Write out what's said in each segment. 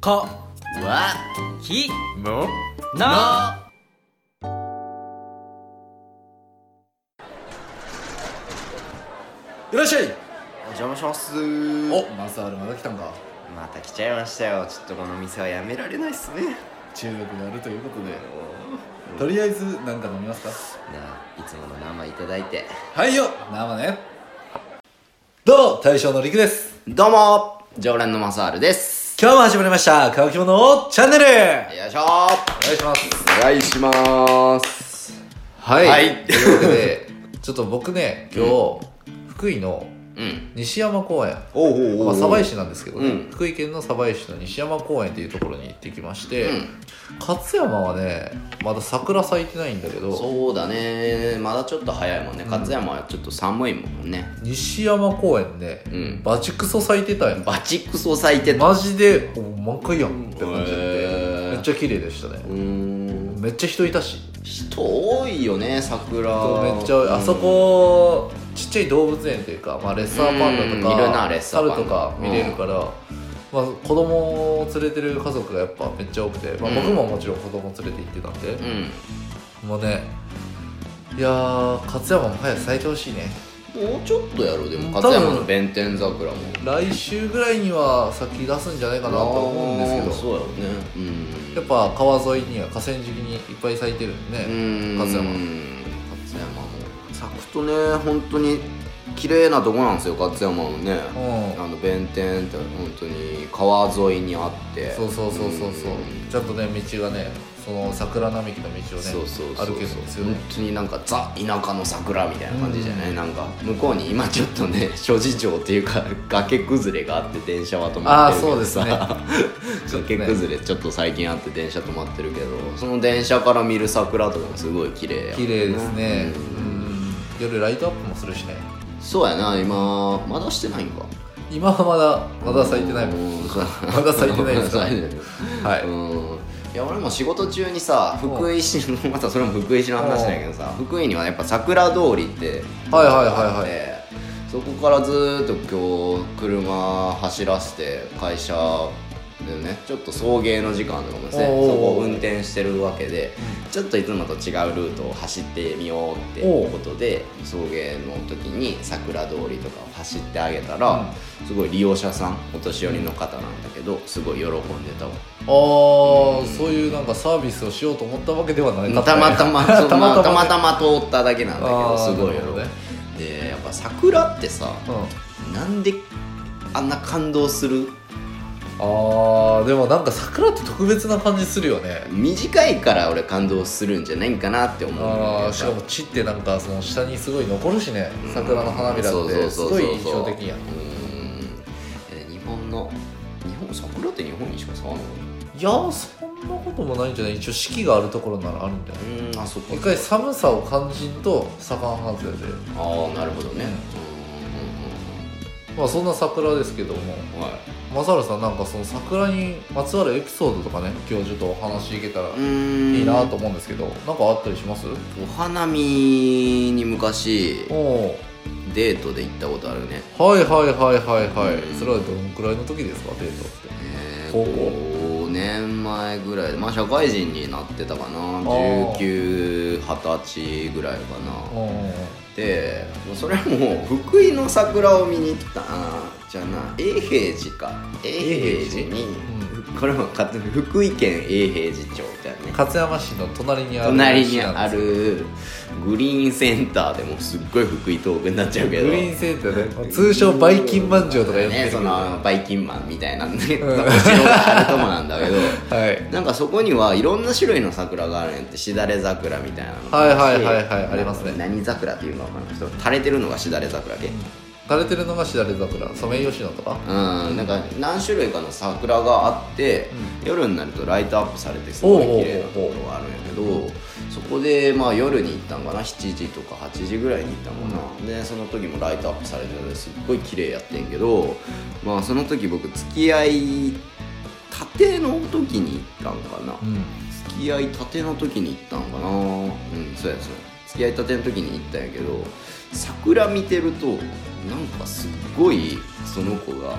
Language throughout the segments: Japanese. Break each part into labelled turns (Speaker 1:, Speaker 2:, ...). Speaker 1: か
Speaker 2: わ
Speaker 1: き
Speaker 2: も
Speaker 1: な
Speaker 3: いらっしゃい
Speaker 2: お邪魔します
Speaker 3: おマサールまだ来たんか
Speaker 2: また来ちゃいましたよちょっとこの店はやめられないっすね
Speaker 3: 中学でやるということで
Speaker 2: うん
Speaker 3: とりあえず何か飲みますか
Speaker 2: なあいつもの生いただいて
Speaker 3: はいよ生ねどうも大将のりくです
Speaker 2: どうも常連のマサールです
Speaker 3: 今日も始まりました乾き物チャンネルお
Speaker 2: よいしょお
Speaker 3: 願いします
Speaker 2: 願いします
Speaker 3: はい、
Speaker 2: はい
Speaker 3: ということでちょっと僕ね今日、福井の
Speaker 2: うん
Speaker 3: 西山公園
Speaker 2: おうおうおう
Speaker 3: まあ、鯖江市なんですけどね、
Speaker 2: うん
Speaker 3: 福井県の鯖江市の西山公園というところに行ってきまして、
Speaker 2: うん
Speaker 3: 勝山はねまだ桜咲いてないんだけど
Speaker 2: そうだねまだちょっと早いもんね勝山はちょっと寒いもんね
Speaker 3: 西山公園ね、
Speaker 2: うん
Speaker 3: バチクソ咲いてたよ
Speaker 2: バチクソ咲いてた
Speaker 3: マジでお満開やんって感じ
Speaker 2: へ
Speaker 3: で
Speaker 2: ー
Speaker 3: めっちゃ綺麗でしたね
Speaker 2: うーん
Speaker 3: めっちゃ人いたし
Speaker 2: 人多いよね桜
Speaker 3: めっちゃあそこちっちゃい動物園というか、まあ、レッサーパンダ
Speaker 2: うんいる
Speaker 3: と
Speaker 2: な
Speaker 3: か
Speaker 2: レッサー
Speaker 3: 猿
Speaker 2: パンダ
Speaker 3: とか見れるから、まあ、子供を連れてる家族がやっぱめっちゃ多くて、まあ、
Speaker 2: うん
Speaker 3: 僕ももちろん子供連れて行ってたんで
Speaker 2: う、ん
Speaker 3: もうねいやー勝山も早く咲いてほしいね
Speaker 2: もうちょっとやろうでも
Speaker 3: 多分
Speaker 2: 勝山の弁天桜も
Speaker 3: 来週ぐらいには咲き出すんじゃないかなと思うん
Speaker 2: あー
Speaker 3: ですけど
Speaker 2: そうやろね
Speaker 3: やっぱ川沿いには河川敷にいっぱい咲いてるんでね、
Speaker 2: うん
Speaker 3: 勝山
Speaker 2: 勝山も咲くとね本当に綺麗なとこなんですよ勝山もね
Speaker 3: うん
Speaker 2: あの弁天って本当に川沿いにあって
Speaker 3: そうそうそうそうそう、
Speaker 2: ん
Speaker 3: ちゃんとね道がねその桜並木の道をね
Speaker 2: そうそうそう
Speaker 3: 歩けるんですよ
Speaker 2: 本
Speaker 3: ね
Speaker 2: 当になんかザ田舎の桜みたいな感じじゃない、
Speaker 3: うん
Speaker 2: なんか向こうに今ちょっとね 諸事情っていうか崖崩れがあって電車は止ま
Speaker 3: ああ
Speaker 2: ってるけ
Speaker 3: そう
Speaker 2: ど
Speaker 3: ですね
Speaker 2: さ 崖崩れちょっと最近あって電車止まってるけどその電車から見る桜とかもすごい綺麗や
Speaker 3: 綺麗ですね、
Speaker 2: う
Speaker 3: うんん、夜ライトアップもするしね
Speaker 2: そうやな今まだしてないんか
Speaker 3: 今はまだまだ咲いてないもん
Speaker 2: うんそう
Speaker 3: まだ咲いてないですか
Speaker 2: まだ咲いてない
Speaker 3: はい、
Speaker 2: うんいや俺も仕事中にさ
Speaker 3: うん
Speaker 2: 福井市のまたそれも福井市の話だけどさ福井にはやっぱ桜通りって
Speaker 3: はいはいはいはい
Speaker 2: いそこからずーっと今日車走らせて会社でねちょっと送迎の時間とかもですねそ
Speaker 3: おー
Speaker 2: こを運転してるわけでちょっといつもと違うルートを走ってみようって
Speaker 3: おう
Speaker 2: ことで送迎の時に桜通りとかを走ってあげたら、すごい利用者さんお年寄りの方なんだけどすごい喜んでたわ
Speaker 3: ああそういうなんかサービスをしようと思ったわけでは ない
Speaker 2: たまたま
Speaker 3: たま
Speaker 2: た
Speaker 3: たま
Speaker 2: ま
Speaker 3: ね
Speaker 2: たまたま通っただけなんだけど
Speaker 3: あ
Speaker 2: す
Speaker 3: ー
Speaker 2: ご
Speaker 3: な
Speaker 2: い喜
Speaker 3: るほ
Speaker 2: ん
Speaker 3: ど
Speaker 2: で、
Speaker 3: ね
Speaker 2: でやっぱ桜ってさ
Speaker 3: うん
Speaker 2: なんであんな感動する
Speaker 3: あーでもなんか桜って特別な感じするよね
Speaker 2: 短いから俺感動するんじゃないんかなって思うんだよね
Speaker 3: あ
Speaker 2: や
Speaker 3: ー
Speaker 2: っ
Speaker 3: し
Speaker 2: ぱ
Speaker 3: かも地ってなんかその下にすごい残るしね桜の花びらっ
Speaker 2: うんそう
Speaker 3: てす
Speaker 2: そうそ
Speaker 3: ご
Speaker 2: うそう
Speaker 3: い印象的やん
Speaker 2: うんえ日本の日本桜って日本にしか咲かないの
Speaker 3: いやーそんなこともないんじゃない一応四季があるところならあるんだよ
Speaker 2: うんあそっか
Speaker 3: 一回寒さを感じんと咲かんはずやで
Speaker 2: ああなるほどね
Speaker 3: まあそんな桜ですけども
Speaker 2: うんうんうんうんはい
Speaker 3: マサルさんなんかその桜にまつわるエピソードとかね今日ちょっとお話いけたらいいなと思うんですけどなんかあったりします
Speaker 2: お花見に昔
Speaker 3: おお
Speaker 2: デートで行ったことあるね
Speaker 3: はいはいはいはいはい、
Speaker 2: うん
Speaker 3: それはどのくらいの時ですかデートって
Speaker 2: えー
Speaker 3: 高校
Speaker 2: 5年前ぐらいまあ社会人になってたかな
Speaker 3: ー
Speaker 2: 1920歳ぐらいか
Speaker 3: う
Speaker 2: なん
Speaker 3: うんうん
Speaker 2: でもうそれはもう福井の桜を見に行ったあーじゃあな永平寺か永平寺に、これも勝手に福井県永平寺町みたいなね
Speaker 3: 勝山市の隣にある
Speaker 2: 隣に
Speaker 3: 市
Speaker 2: あ
Speaker 3: なんです
Speaker 2: るグリーンセンターでもうすっごい福井トークになっちゃうけど
Speaker 3: グリーンセンターね通称バイキンまんじゅうとか呼んでる
Speaker 2: ね
Speaker 3: け
Speaker 2: そ
Speaker 3: ど
Speaker 2: のバイキンマンみたいなね、お城
Speaker 3: ん
Speaker 2: があるともなんだけど
Speaker 3: はい
Speaker 2: なんかそこにはいろんな種類の桜があるんやってしだれ桜みたいなのも
Speaker 3: はいはいはいはい
Speaker 2: あるし
Speaker 3: ありますね
Speaker 2: 何桜っていうのかなその垂れてるのがしだれ桜系
Speaker 3: 垂れてるのがしだれ桜ソメイヨシノとか
Speaker 2: うんなんか何種類かの桜があって、夜になるとライトアップされてす
Speaker 3: お
Speaker 2: ご
Speaker 3: う
Speaker 2: い
Speaker 3: おうおう
Speaker 2: 綺麗なところがあるんやけどそこでまあ夜に行ったんかな7時とか8時ぐらいに行ったんかな、でその時もライトアップされててすっごい綺麗やってんけどまあその時僕付き合いたての時に行ったんかな、
Speaker 3: ん
Speaker 2: 付き合いたての時に行ったんかなうんそうやそうや付き合いたての時に行ったんやけど桜見てるとなんかすっごいその子が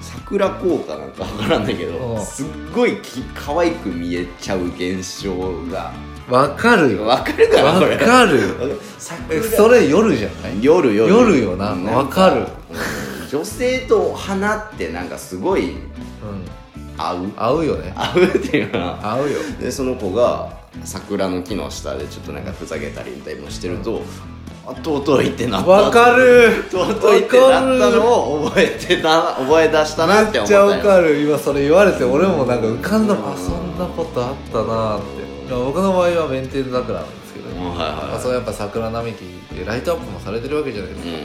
Speaker 2: 桜効果なんかわからないけ
Speaker 3: う
Speaker 2: ど
Speaker 3: ん
Speaker 2: すっごいき可愛く見えちゃう現象が
Speaker 3: わかるよわ
Speaker 2: わかるかなこれ
Speaker 3: かるえ
Speaker 2: 桜
Speaker 3: それ夜じゃない
Speaker 2: 夜夜
Speaker 3: 夜よな
Speaker 2: うん
Speaker 3: わかる
Speaker 2: うん女性と花ってなんかすごい
Speaker 3: うん
Speaker 2: 合う
Speaker 3: 合うよね
Speaker 2: 合うっていうかな
Speaker 3: 合うよ
Speaker 2: でその子が桜の木の下でちょっとなんかふざけたりみたいもしてると、あ尊いってなった
Speaker 3: わかる
Speaker 2: 尊いってなったのを覚えてた覚え出したなっ
Speaker 3: め
Speaker 2: て思
Speaker 3: っ
Speaker 2: っ
Speaker 3: ち
Speaker 2: た
Speaker 3: ゃ
Speaker 2: よ
Speaker 3: わかる今それ言われて俺もなんか浮かんだもんあそんなことあったなーっていや僕の場合は弁天桜なんですけど、
Speaker 2: うん
Speaker 3: ま
Speaker 2: はい
Speaker 3: あ、
Speaker 2: は
Speaker 3: そうやっぱ桜並木ってライトアップもされてるわけじゃないです
Speaker 2: い
Speaker 3: か、
Speaker 2: うん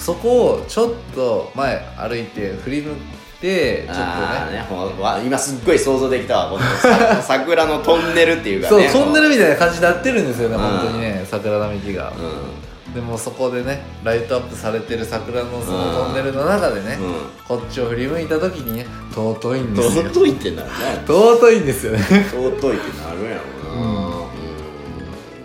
Speaker 3: そこをちょっと前歩いて振り向いてちょっと
Speaker 2: あー
Speaker 3: ね
Speaker 2: ねほんわ今すっごい想像できたわこの さ桜のトンネルっていうか
Speaker 3: そう
Speaker 2: ね
Speaker 3: トンネル
Speaker 2: ル
Speaker 3: みたいな感じになってるんですよね
Speaker 2: うん
Speaker 3: 本当にね桜並木が
Speaker 2: う、ん
Speaker 3: でもそこでねライトアップされてる桜のその
Speaker 2: うん
Speaker 3: トンネルの中でね、
Speaker 2: うん
Speaker 3: こっちを振り向いた時にね尊いんですよ
Speaker 2: 尊いってなるね
Speaker 3: 尊いんですよね
Speaker 2: 尊いってなるやろうなうん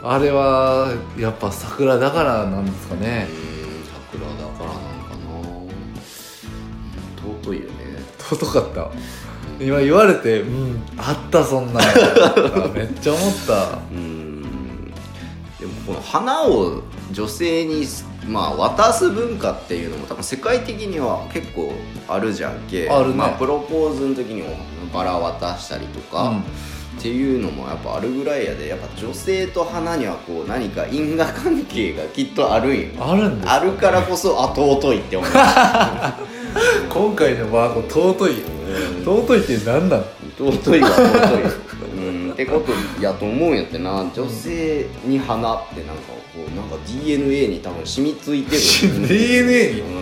Speaker 3: あれはやっぱ桜だからなんですかね
Speaker 2: うん桜だからなのかなうん尊いよね
Speaker 3: 尊かった今言われてうんあったそ んなのめっちゃ思った
Speaker 2: うんでもこの花を女性に、まあ、渡す文化っていうのも多分世界的には結構あるじゃんけ
Speaker 3: あるね
Speaker 2: まあ、プロポーズの時にもバラ渡したりとか、
Speaker 3: うん
Speaker 2: っていうのもやっぱあるぐらいやでやっぱ女性と花にはこう何か因果関係がきっとあるんよ
Speaker 3: あるんです
Speaker 2: あるからこそあ尊いって思う
Speaker 3: 今回のワーコ尊い
Speaker 2: うん
Speaker 3: 尊いって何なの
Speaker 2: 尊いは尊 いよ、うん、ってことやと思うんやってな女性に花ってなんかこうなんか DNA に多分染みついてる
Speaker 3: DNA
Speaker 2: う
Speaker 3: に
Speaker 2: ん、うん、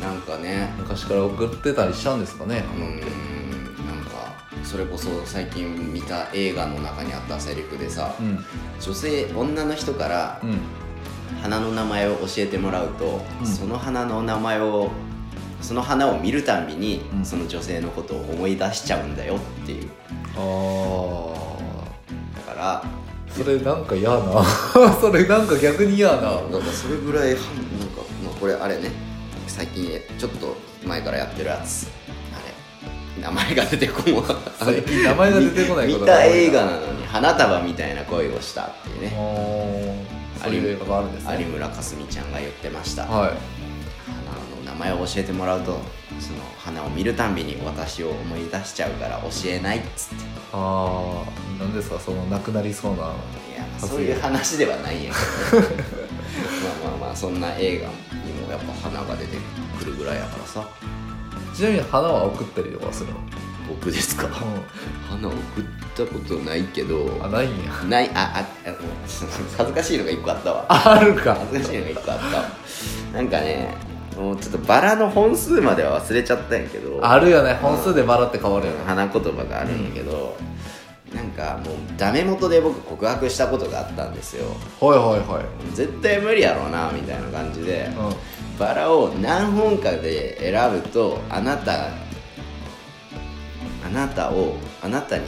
Speaker 2: なんかね
Speaker 3: 昔から送ってたりしたんですかね
Speaker 2: うんなんかそれこそ最近見た映画の中にあったセリフでさ、
Speaker 3: うん
Speaker 2: 女性女の人から
Speaker 3: うん
Speaker 2: 花の名前を教えてもらうと、
Speaker 3: うん
Speaker 2: その花の名前をその花を見るたんびに、
Speaker 3: うん
Speaker 2: その女性のことを思い出しちゃうんだよっていう
Speaker 3: ああ
Speaker 2: だから
Speaker 3: それなんか嫌な それなんか逆に嫌な
Speaker 2: なんかそれぐらいはなんか、まあ、これあれね最近ちょっと前からやってるやつあれ名前が出てこな
Speaker 3: 最近名前が出てこない
Speaker 2: 見
Speaker 3: ことが
Speaker 2: た
Speaker 3: 多い
Speaker 2: 映画なのに花束みたいな恋をしたってい
Speaker 3: あ
Speaker 2: うね
Speaker 3: ーそういう映画があるんです
Speaker 2: 有
Speaker 3: ね
Speaker 2: 村架純ちゃんが言ってました、
Speaker 3: はい
Speaker 2: 花の名前を教えてもらうとその花を見るたんびに私を思い出しちゃうから教えないっつって
Speaker 3: ああなんですかそのなくなりそうない
Speaker 2: やそういう話ではない んやけどまあまあまあそんな映画にもやっぱ花が出てくるぐらいやからさ
Speaker 3: ちなみに花は送ったりとかはするの、
Speaker 2: 僕ですか花送ったことないけど
Speaker 3: あないんや
Speaker 2: ないあああの 恥ずかしいのが一個あったわ
Speaker 3: あるか
Speaker 2: 恥ずかしいのが一個あったわなんかねもうちょっとバラの本数までは忘れちゃったんやけど
Speaker 3: あるよね本数でバラって変わるよね
Speaker 2: 花言葉があるんやけど、なんかもうダメ元で僕告白したことがあったんですよ
Speaker 3: はいはいはい
Speaker 2: 絶対無理やろうなみたいな感じで、
Speaker 3: うん
Speaker 2: バラを何本かで選ぶとあなたあなたをあなたに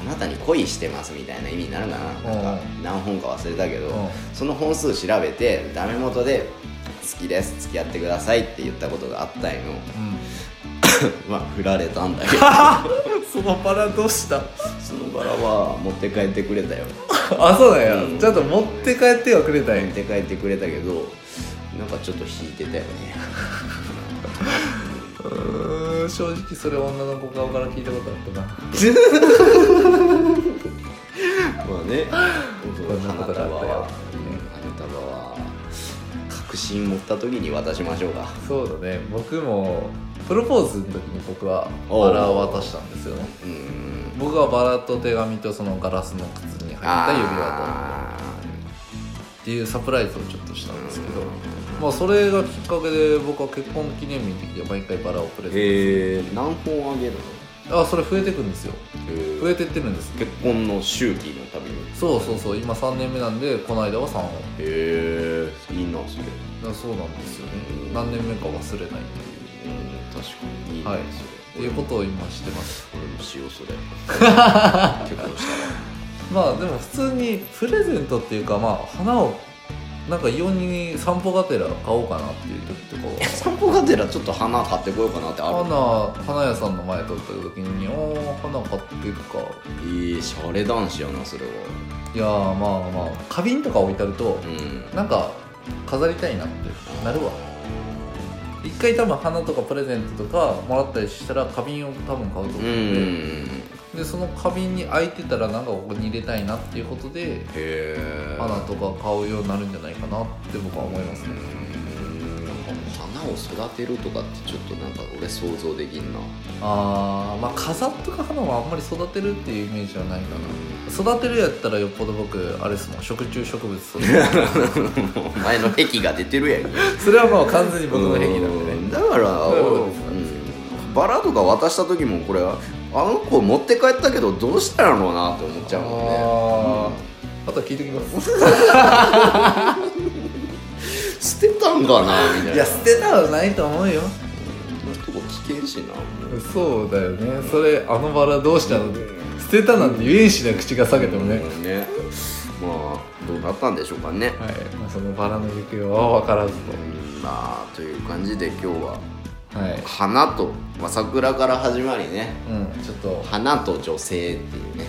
Speaker 2: あなたに恋してますみたいな意味になるかななんか
Speaker 3: う
Speaker 2: 何本か忘れたけど、
Speaker 3: うん
Speaker 2: その本数調べてダメ元で「好きです付き合ってください」って言ったことがあったんよ まあ振られたんだけど
Speaker 3: うん、そのバラどうした
Speaker 2: そのバラは持って帰ってくれたよ
Speaker 3: あそうなんや、
Speaker 2: うん
Speaker 3: ちゃんと持って帰ってはくれたんや
Speaker 2: 持って帰ってくれたけどなんかちょっと引いてたよね
Speaker 3: うーん正直それ女の子側から聞いたことあったな
Speaker 2: まあね、
Speaker 3: こんなことがあったよ
Speaker 2: 花束は確信持った時に渡しましょうか。
Speaker 3: そうだね僕もプロポーズの時に僕は
Speaker 2: お
Speaker 3: バ
Speaker 2: う
Speaker 3: ラを渡したんですよね
Speaker 2: うーん。
Speaker 3: 僕はバラと手紙とそのガラスの靴に入った指輪と
Speaker 2: あ
Speaker 3: っていうサプライズをちょっとしたんですけど、まあ、それがきっかけで僕は結婚記念日の時は毎回バラをプレ
Speaker 2: ー
Speaker 3: ゼン
Speaker 2: へえー、何本あげるの？
Speaker 3: トあそれ増えてくんですよ増えてってるんです
Speaker 2: 結婚の周期のたびに。
Speaker 3: そうそうそう今3年目なんでこの間は3本
Speaker 2: へえー、いいなそ
Speaker 3: だ
Speaker 2: れ。
Speaker 3: からそうなんですよね何年目か忘れないって
Speaker 2: うん、確かにいい
Speaker 3: いう、
Speaker 2: な、
Speaker 3: はい、っ
Speaker 2: そ
Speaker 3: て
Speaker 2: れ。
Speaker 3: いうことを今してます
Speaker 2: 俺もしようそれ。 結婚し
Speaker 3: まあでも普通にプレゼントっていうかまあ花をなんかイオンに散歩がてら買おうかなっていう時とか歩
Speaker 2: 散歩がてらちょっと花買ってこようかなってある
Speaker 3: 花花屋さんの前通った時に「おお花買っていくか」
Speaker 2: いいシャレ男子やなそれはい
Speaker 3: やーまあまあ花瓶とか置いてあると
Speaker 2: う、ん
Speaker 3: なんか飾りたいなってなるわ一回多分花とかプレゼントとかもらったりしたら花瓶を多分買うと思う
Speaker 2: うんん
Speaker 3: で,、
Speaker 2: へ
Speaker 3: でその花瓶に空いてたらなんかここに入れたいなっていうことで
Speaker 2: え
Speaker 3: 花とか買うようになるんじゃないかなって僕は思いますね
Speaker 2: 花を育てるとかってちょっとなんか俺想像できんな
Speaker 3: あーまあ飾っとか花はあんまり育てるっていうイメージはないかな育てるやったらよっぽど僕あれですもん食虫植物育てる
Speaker 2: もうお前の癖が出てるやんけ
Speaker 3: それはもう完全に僕の癖なんで
Speaker 2: う
Speaker 3: ね
Speaker 2: んだから、
Speaker 3: うん
Speaker 2: うんバラとか渡した時もこれはあの子持って帰ったけどどうしたのかなって思っちゃうもん
Speaker 3: あ
Speaker 2: ね、
Speaker 3: ーあとは聞いてきます
Speaker 2: うん捨てたんかなみたいない
Speaker 3: や捨てたらないと思うよ
Speaker 2: 今のとこ危険しな
Speaker 3: そうだよねそれあのバラどうしたの捨てたなんて言えんしね口が裂けてもね、
Speaker 2: うんねまあどうなったんでしょうかね、
Speaker 3: はい、まあ、そのバラの行方は分からず
Speaker 2: うんまあという感じで今日は
Speaker 3: とはい、
Speaker 2: 花と、まあ、桜から始まりね
Speaker 3: うん、ちょっと
Speaker 2: 花と女性っていうね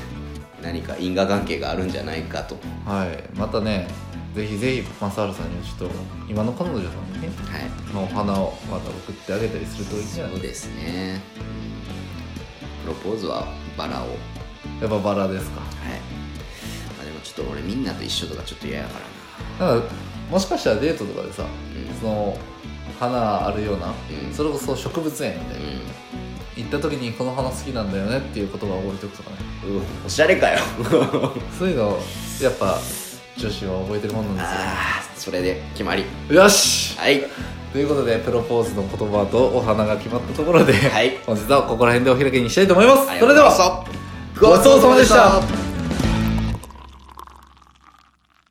Speaker 2: 何か因果関係があるんじゃないかと
Speaker 3: はいまたねぜひぜひマサールさんにはちょっと今の彼女さんにね
Speaker 2: はい
Speaker 3: のお花をまた送ってあげたりするといいんじゃない
Speaker 2: そうですねプロポーズはバラをはい
Speaker 3: やっぱバラですか
Speaker 2: あでもちょっと俺みんなと一緒とかちょっと嫌やからな
Speaker 3: なんかもしかしたらデートとかでさ、
Speaker 2: ん
Speaker 3: その花あるような、
Speaker 2: うん
Speaker 3: それこそ植物園みたいな、行った時にこの花好きなんだよねっていうことが覚えておくとかね
Speaker 2: うん、おしゃれかよ
Speaker 3: そういうのやっぱ女子は覚えてるもんなんで
Speaker 2: ああそれで決まり
Speaker 3: すよよし
Speaker 2: はい
Speaker 3: ということでプロポーズの言葉とお花が決まったところで、
Speaker 2: はい
Speaker 3: 本日はここら辺でお開きにしたいと思います
Speaker 2: あり
Speaker 3: それ
Speaker 2: がとう
Speaker 3: で
Speaker 2: ございま
Speaker 3: は
Speaker 2: した
Speaker 3: ごちそうさまでした